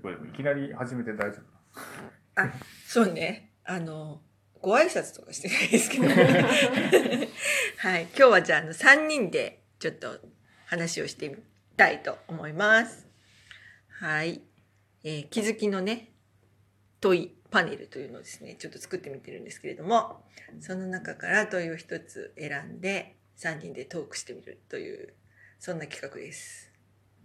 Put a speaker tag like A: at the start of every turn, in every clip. A: これもいきなり始めて大丈夫
B: そうね。あの、ご挨拶とかしてないですけ ど。はい。今日はじゃあ、あの、3人でちょっと話をしてみたいと思います。はい。えー気づきのね、問いパネルというのをですね、ちょっと作ってみてるんですけれども、その中から問いを一つ選んで、3人でトークしてみるという、そんな企画です。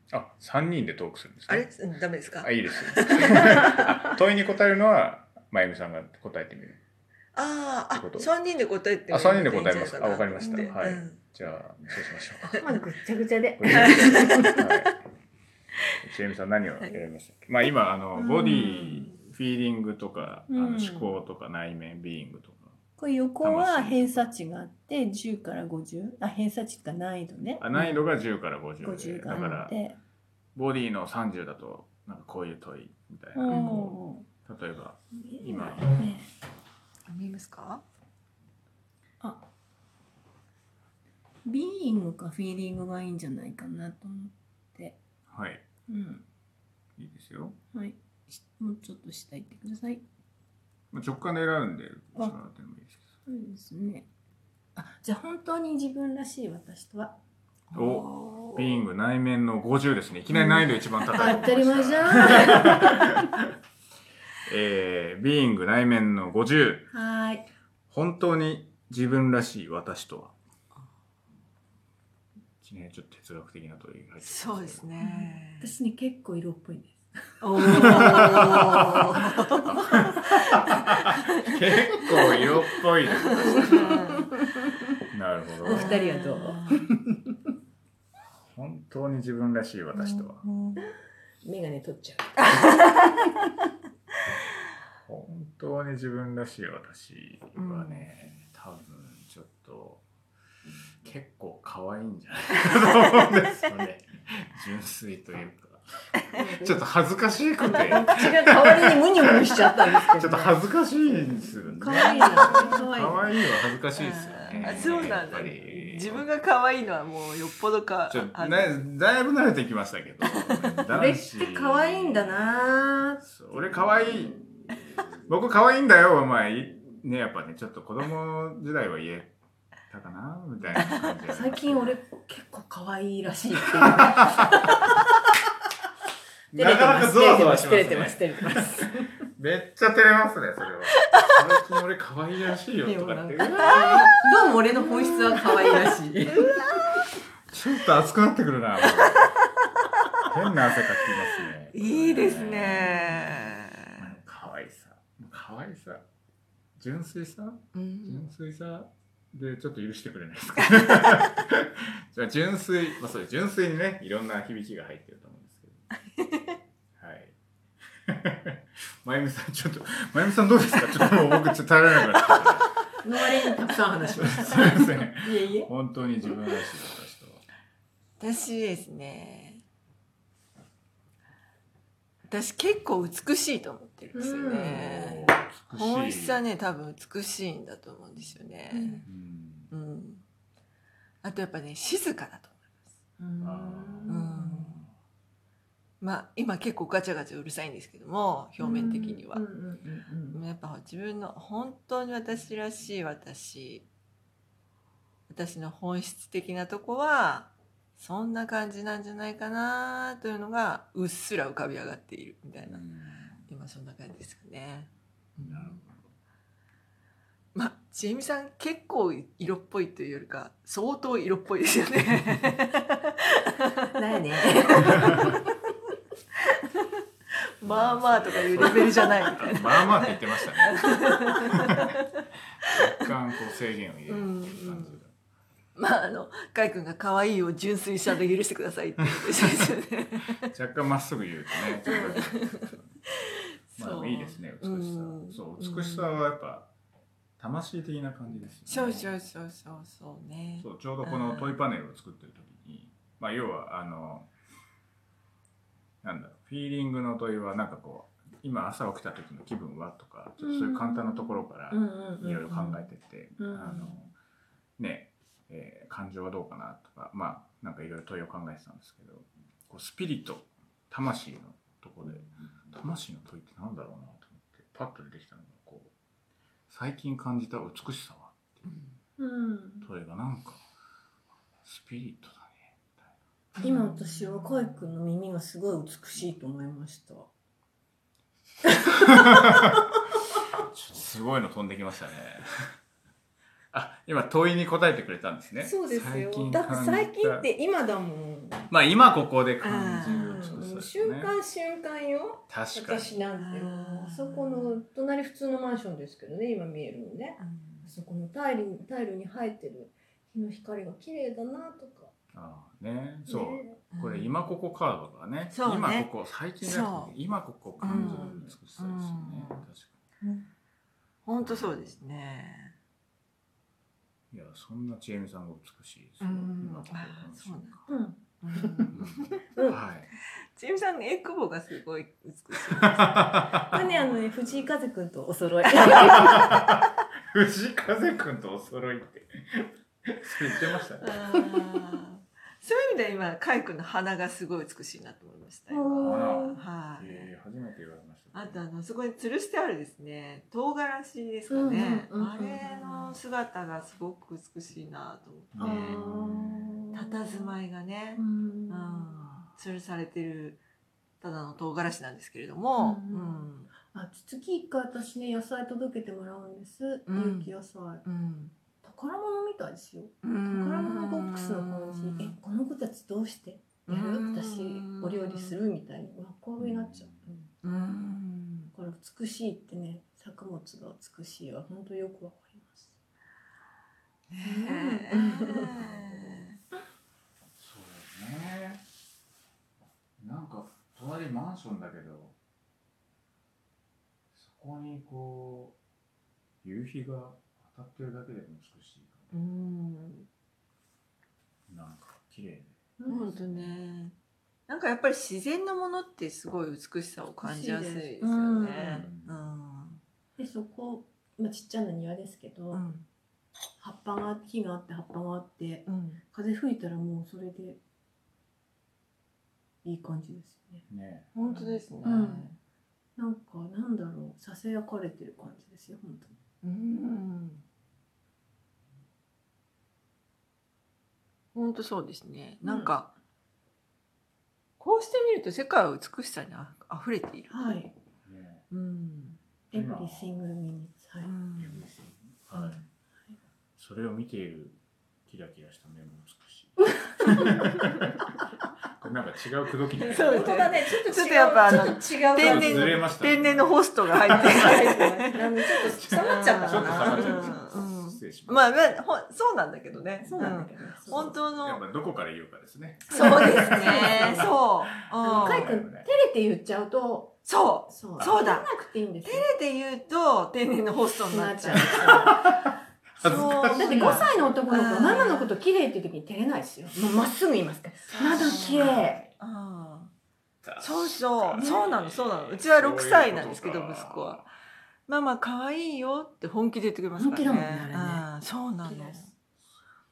A: あ三人でトークするんです
B: あ
A: ね
B: れ、うん、ダメですか
A: あいいですよあ問いに答えるのはまゆみさんが答えてみる
B: あ
A: って
B: ー
A: こと
B: あ、三人で答えて
A: あ三人で答えます
B: みるのがいいんじゃないな
A: あわかりました
B: うん
A: はい
B: うん
A: じゃあそうしましょう
C: まだぐっちゃぐちゃで
A: こ。れではいちえみさん何を選びましたっけ、まあ今あの
C: うん
A: ボディフィーリングとか、あ
C: うん
A: の思考とか内面ビーイングとか
C: これ横は偏差値があって10から50あ偏差値か難易度ね。
A: あ難易度が10から50で
C: 50
A: だ
C: が
A: か
C: あっ
A: ら
C: て。
A: ボディの30だとなんかこういう問いみたいな、
C: うん
A: こう例えば今
C: ね
B: 見えますか
C: あビーイングかフィーリングがいいんじゃないかなと思って。
A: はい
C: うん。
A: いいですよ
C: はい。しもうちょっと下行ってください。
A: まあ直感で選んでる
C: あ
A: そのでもいいですけ
C: そうですね。あじゃあ本当に自分らしい私とは。
A: どお
B: お
A: ビーイング内面の50ですねいきなり難易度一番高い
C: 当たり前じ
A: ん
C: ゃん。は
A: えー、ビーイング内面の50
C: ーい。
A: 本当に自分らしい私とはいきなりちょっと哲学的な問いが入ってきましたけど
B: そうですね。
C: 私ね結構色っぽいんです。
B: おお。は
A: 結構色っぽいですねなるほ
C: お
A: ど
C: 二人はどう
A: 本当に自分らしい私とは
C: メガネ取っ ちゃ
A: 本当に自分らしい私はね、多分ちょっと結構可愛いんじゃないかと思うんですよ ね純粋というか
C: う。
A: ちょっと恥ずかしく て
C: 口が代わりにムニムニしちゃったんですけど、
A: ちょっと恥ずかしいんですよね
C: 可愛いな。可愛い。
A: 可愛いは恥ずかしいですよ
B: あ
A: ね
B: そうなんだ。自分が可愛いのはもうよっぽどか。
A: ちょっと
B: あ
A: ね
B: の
A: だいぶ慣れてきましたけど
C: 俺って可愛いんだな。
A: そう俺可愛い僕可愛いんだよお前ねやっぱねちょっと子供時代は言えたかなみたいな感じがあります
C: 最近俺結構可愛いらしいっていう。
A: なかなかゾワゾワします
C: 照れてます照
A: ね
C: れてます。
A: めっちゃ照れますねそれは最近俺可愛いらしいよとかっ
C: で
A: てう
C: も
A: わ
C: どうも俺の本質は可愛い らしい。
A: ーちょっと熱くなってくるなもう変な汗かきますね
B: いいですね。
A: 可愛さ可愛さ純粋さ
B: うん
A: 純粋さでちょっと許してくれないです かじゃあ純粋まあそうです純粋にねいろんな響きが入ってると思うんですけどはい まゆみさんちょっとまゆみさんどうですかちょっともう僕ちょっと耐えられなくなって
C: の割にたくさん話しま
A: き
C: したた。
A: すい ません
C: いえいえ。
A: 本当に自分らしい私とは
B: 私ですね。私結構美しいと思ってるんですよね。
A: 美しい
B: 本質はね多分美しいんだと思うんですよね。
A: うん
B: うん。あとやっぱね静かだと思う。
A: あ
B: まあ今結構ガチャガチャうるさいんですけども表面的には
C: うんう。んうんうん
B: やっぱ自分の本当に私らしい私私の本質的なとこはそんな感じなんじゃないかなというのがうっすら浮かび上がっているみたい
A: ー
B: な、
A: うん
B: 今そんな感じですかね。
A: なる
B: まあ、ちえみさん結構色っぽいというよりか相当色っぽいですよね。
C: だよね。
B: まあまあとかいうレベルじゃないみたいな。
A: まあまあって言ってましたね。 若干こう制限を入れるっていう感じが。
B: まああの、かいくんが可愛いを純粋さで許してくださいっていうことですよね。
A: 若干まっすぐ言うとね。 まあで
B: そ
A: も
B: う
A: いいですね、美しさ
B: うん。
A: そう、美しさはやっぱ魂的な感じです
B: そ
A: よ
B: う
A: ね。
B: そうそうそうそうね。
A: そうちょうどこのトイパネルを作ってる時に、まあ要はあの、なんだろう、フィーリングの問いはなんかこう、今朝起きた時の気分はとか、ちょっとそういう簡単なところから、いろいろ考えてって、
C: うん
A: あのね、えー感情はどうかなとかまあなんかいろいろ問いを考えてたんですけどこうスピリット魂のとこで魂の問いってなんだろうなと思ってパッと出てきたのがこう最近感じた美しさは
D: うん、
A: 問いがなんかスピリットだねみたい
D: 今私は若い君の耳がすごい美しいと思いました。
A: なちょっとすごいの飛んできましたね あ今問いに答えてくれたんですね
D: そうですよ
A: 最近。
D: だって
A: 感じた
D: 最近って今だもん。
A: まあ今ここで感じる
B: あ
A: 美しさです
D: 瞬
A: ね
D: 間瞬間よ。
A: 確かに
D: 私なんてもう
B: あー
D: あそこの隣普通のマンションですけどね今見えるのね。あそこのタイルタイルに入ってる日の光が綺麗だなとか。
A: ああねそう、
D: ね
A: これ今ここカードがね
B: そうね
A: 今ここ最近じゃなく
B: そう
A: て今ここ感じる美しさですよね、
B: うん
A: 確か
B: 本当そうですね。
A: にいやそんなちえみさんが美しいです
B: う
A: よ、
B: ん
A: 今ここ
B: あ
A: 感じ
B: そう
A: る
B: なんだ
D: うん。
A: う
D: うんん
A: はい
B: ちえみさんのエクボがすごい美しい。
D: これねあのね藤井風くんとお 揃い。
A: 藤井風くんとお揃いってそ れ言ってましたね
B: そういう意味では今カイ君の鼻がすごい美しいなと思いました。今
A: おー
B: はい。
A: ええ初めて言われました、
B: あとあのそこに吊るしてあるですね唐辛子ですかね、
D: うんうんうん
B: あ
D: うん
B: れの姿がすごく美しいなと思って
A: あー
B: 佇まいがね、
D: う
B: うん
D: ん。
B: 吊るされてるただの唐辛子なんですけれども、う
D: うんんあ月一回私ね野菜届けてもらうんです。
B: うん
D: 有機野菜。
B: うん
D: 宝物みたいですよ。
B: うん
D: 宝物ボックスの感じ。え、この子たちどうして
B: う
D: や
B: ん
D: る私お料理するみたいに若上になっちゃう。うん
B: うん
D: これ美しいってね、作物が美しいは本当よくわかります。
B: ねえ
A: そうねなんか隣マンションだけどそこにこう夕日が当たってるだけでも美しいか
B: うん
A: もなんか綺麗で
B: 本当ね。なんかやっぱり自然のものってすごい美しさを感じやすいですよね。
A: う
B: うん。
D: で、そこ、まあ、ちっちゃな庭ですけど、
B: うん。
D: 葉っぱが木があって葉っぱがあって
B: うん。
D: 風吹いたらもうそれでいい感じですよね。
A: ね
B: 本当ですね。
D: うんなんかなんだろうささやかれてる感じですよ本当に。
B: うん。本当そうですね。なんか、こうしてみると世界は美しさにあ溢れている。
D: はい。
A: ね
B: うん。
D: エブリシングルミニ
B: う
D: はい。
B: ん。
A: はいそれを見ているキラキラした目も美 しいこれなんか違う口説きになる
B: そうです
D: 本当だね。ちょっと違う。
B: ちょっとやっぱあの
D: ちょっと違う感じ。
B: 天
A: ちょっとずれましたね
B: 天然のホストが入 ってる。
D: あのちょっと下がっちゃった
A: ちょ
D: か
A: っと下がっちゃっ
D: な。
A: た
B: うん
A: 失礼しま
B: ますあ、まあ、ほそうなんだけどね。
D: そうなんだけどね。
B: うん本当
A: やっ
B: の。
A: ぱどこから言うかですね
B: そうですね。 そう。
D: あの
B: う
D: カ
B: ん
D: イ君照れて言っちゃうと
B: そう。
D: そう
B: そうだ
D: 照れなくていいんですよ。
B: 照れて言うと、天然のホストになっちゃう。
A: 恥ずかし
D: だって
A: い
D: 5歳の男の
B: うん
D: 子ママのこと綺麗っていう時に照れないですよ。もうまっすぐ言いますから。まだ綺麗。
B: うん
A: 確かに
B: そうそう。そうなの、そうなの。うちは6歳なんですけど、息子は。。ママ、可愛いよって本気で言ってくれますからね。
D: 本気だもんねあれ
B: うんそうなの
D: 本気です。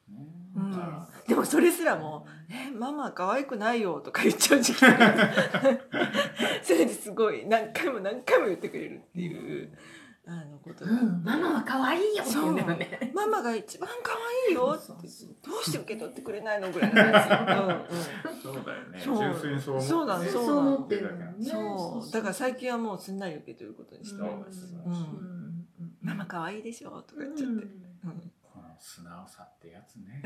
A: そういう
B: う
A: こと
B: ん
A: か
B: でもそれすらも「えママ可愛くないよ」とか言っちゃう時期があるそれですごい何回も何回も言ってくれるっていうあのことがあって
D: ママは可愛いよって言うんだよね。
B: ママが一番可愛いよって
D: そうそう
B: どうして受け取ってくれないのぐらいの感じ、
A: そうだよね。
B: そう
A: 純粋にそう思って。
B: そうなのそう
D: そう思ってるの
A: だ
D: ね
A: け。
B: うんうんそうだから最近はもうすんなり受け取ることにして、
A: そう
B: うん
D: うん
B: ママ可愛いでしょ」とか言っちゃって、うん
A: この素直さってやつ ね。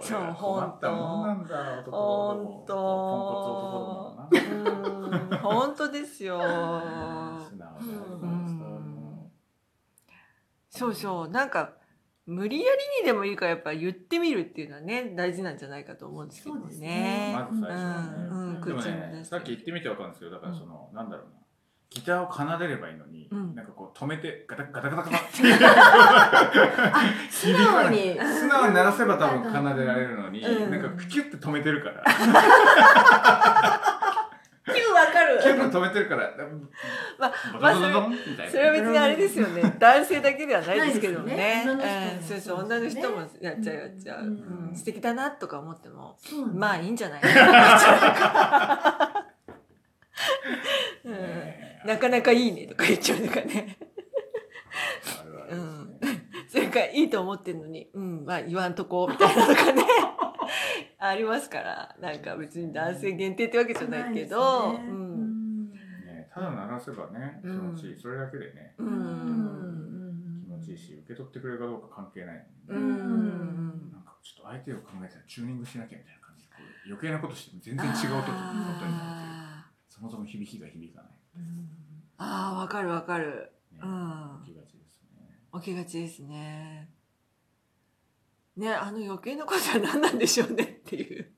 B: そう
A: 困ったもんなんだ男
B: ほんと
A: ポンコツ男どもだ
B: うん本当ですよ
A: な。素直だよ
B: うんそうそうなんか無理やりにでもいいからやっぱ言ってみるっていうのはね大事なんじゃないかと思うんですけど
D: そうです
B: ね
D: ね。
A: まず最初
B: う
A: は
B: んう
A: ね
B: ん。
A: でも
B: 口に出し
A: ね、
B: て
A: さっき言ってみてわかるんですけど、だからそのなんだろうな。ギターを奏でればいいのに、
B: うん
A: なんかこう止めてガタガタガタガタ っていう
D: 素直に。
A: 素直に鳴らせば多分奏でられるのに、
B: うん
A: なんかキュッて止めてるから
D: キューわかる
A: キュッて止めてるから
B: まあ
A: バドドドンみたいな
B: それは別にあれですよね男性だけではないですけどね
D: ないで
B: うん
D: す
B: そう
D: よね
B: そう女
D: 女
B: の
D: の人
B: 人
D: も
B: もやっちゃうやっちゃう、
D: うん
B: うん素敵だなとか思っても
D: そうね
B: まあいいんじゃないかななかなかいいねとか言っちゃうとかね。
A: あるあるですね。
B: それかいいと思ってんのに、うん、まあ言わんとこ、みたいなとかね。 ありますから、なんか別に男性限定ってわけじゃないけど、
C: ないですね
B: う。
C: うんん
A: ねただ鳴らせばね、気持ちいい。それだけでね、
B: う
D: うん
B: ん。
A: 気持ちいいし、受け取ってくれるかどうか関係ない。
B: う。
A: なんんかちょっと相手を考えたらチューニングしなきゃみたいな感じで、こう余計なことしても全然違う時にことになってる。
B: あ
A: そもそも響きが響かない。
B: ーあー、わかるわかる。
A: ね
B: うん
A: 起きがちですね。
B: 起きがちですね。ね、あの余計なことは何なんでしょうねっていう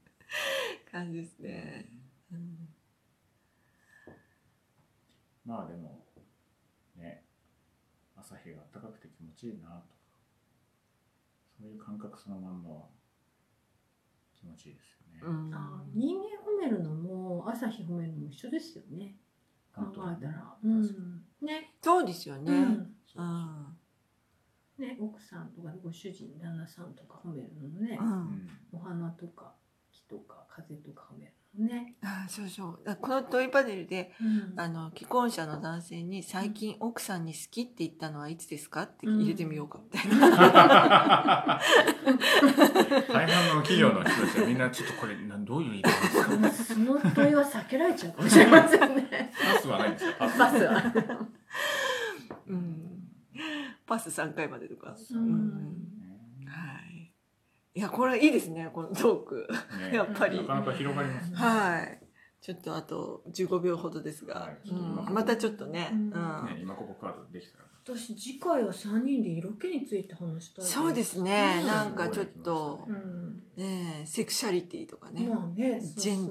B: 感じですね。うん
A: まあでも、ね、朝日が暖かくて気持ちいいなとか、そういう感覚そのまんまは気持ちいいですよね。
B: うん
D: あ人間褒めるのも朝日褒めるのも一緒ですよね考
A: 本当は
D: えた
A: ね
D: ら、う
A: うん
D: ん、ね、
B: そうですよ
D: う
B: ね。
D: ん、
A: そううそ
B: ん。
D: ね奥さんとかご主人旦那さんとか褒めるのもね、
B: う
A: うんうん
D: お花とか木とか風とか褒めるのもね、
B: あーそうそうだこの問いパネルで
D: うん
B: あの既婚者の男性に「最近奥さんに好きって言ったのはいつですか?」って入れてみようかみたいな、
A: 大半の企業の人たちはみんなちょっとこれなんどういう意味なんですか
D: その問いは避けられちゃうかもしれませんね。
A: パスはないんですかパス
D: バスは。
B: うん、パス3回までとか、
A: う
D: うん
B: はいいやこれいいですねこのトーク
A: ね
B: やっぱり
A: なかなか広がりますね
B: はいちょっとあと15秒ほどですが、
A: はい
B: うんまたちょっとね、
D: うん
B: うん
A: ね今ここカードできたら
D: 私次回は三人で色気について話したい。
B: そうで。すね
D: うん
B: なんかちょっと
A: う、
D: ん。
B: ねえセクシャリティとかね、
D: まあね。
B: ジェンダー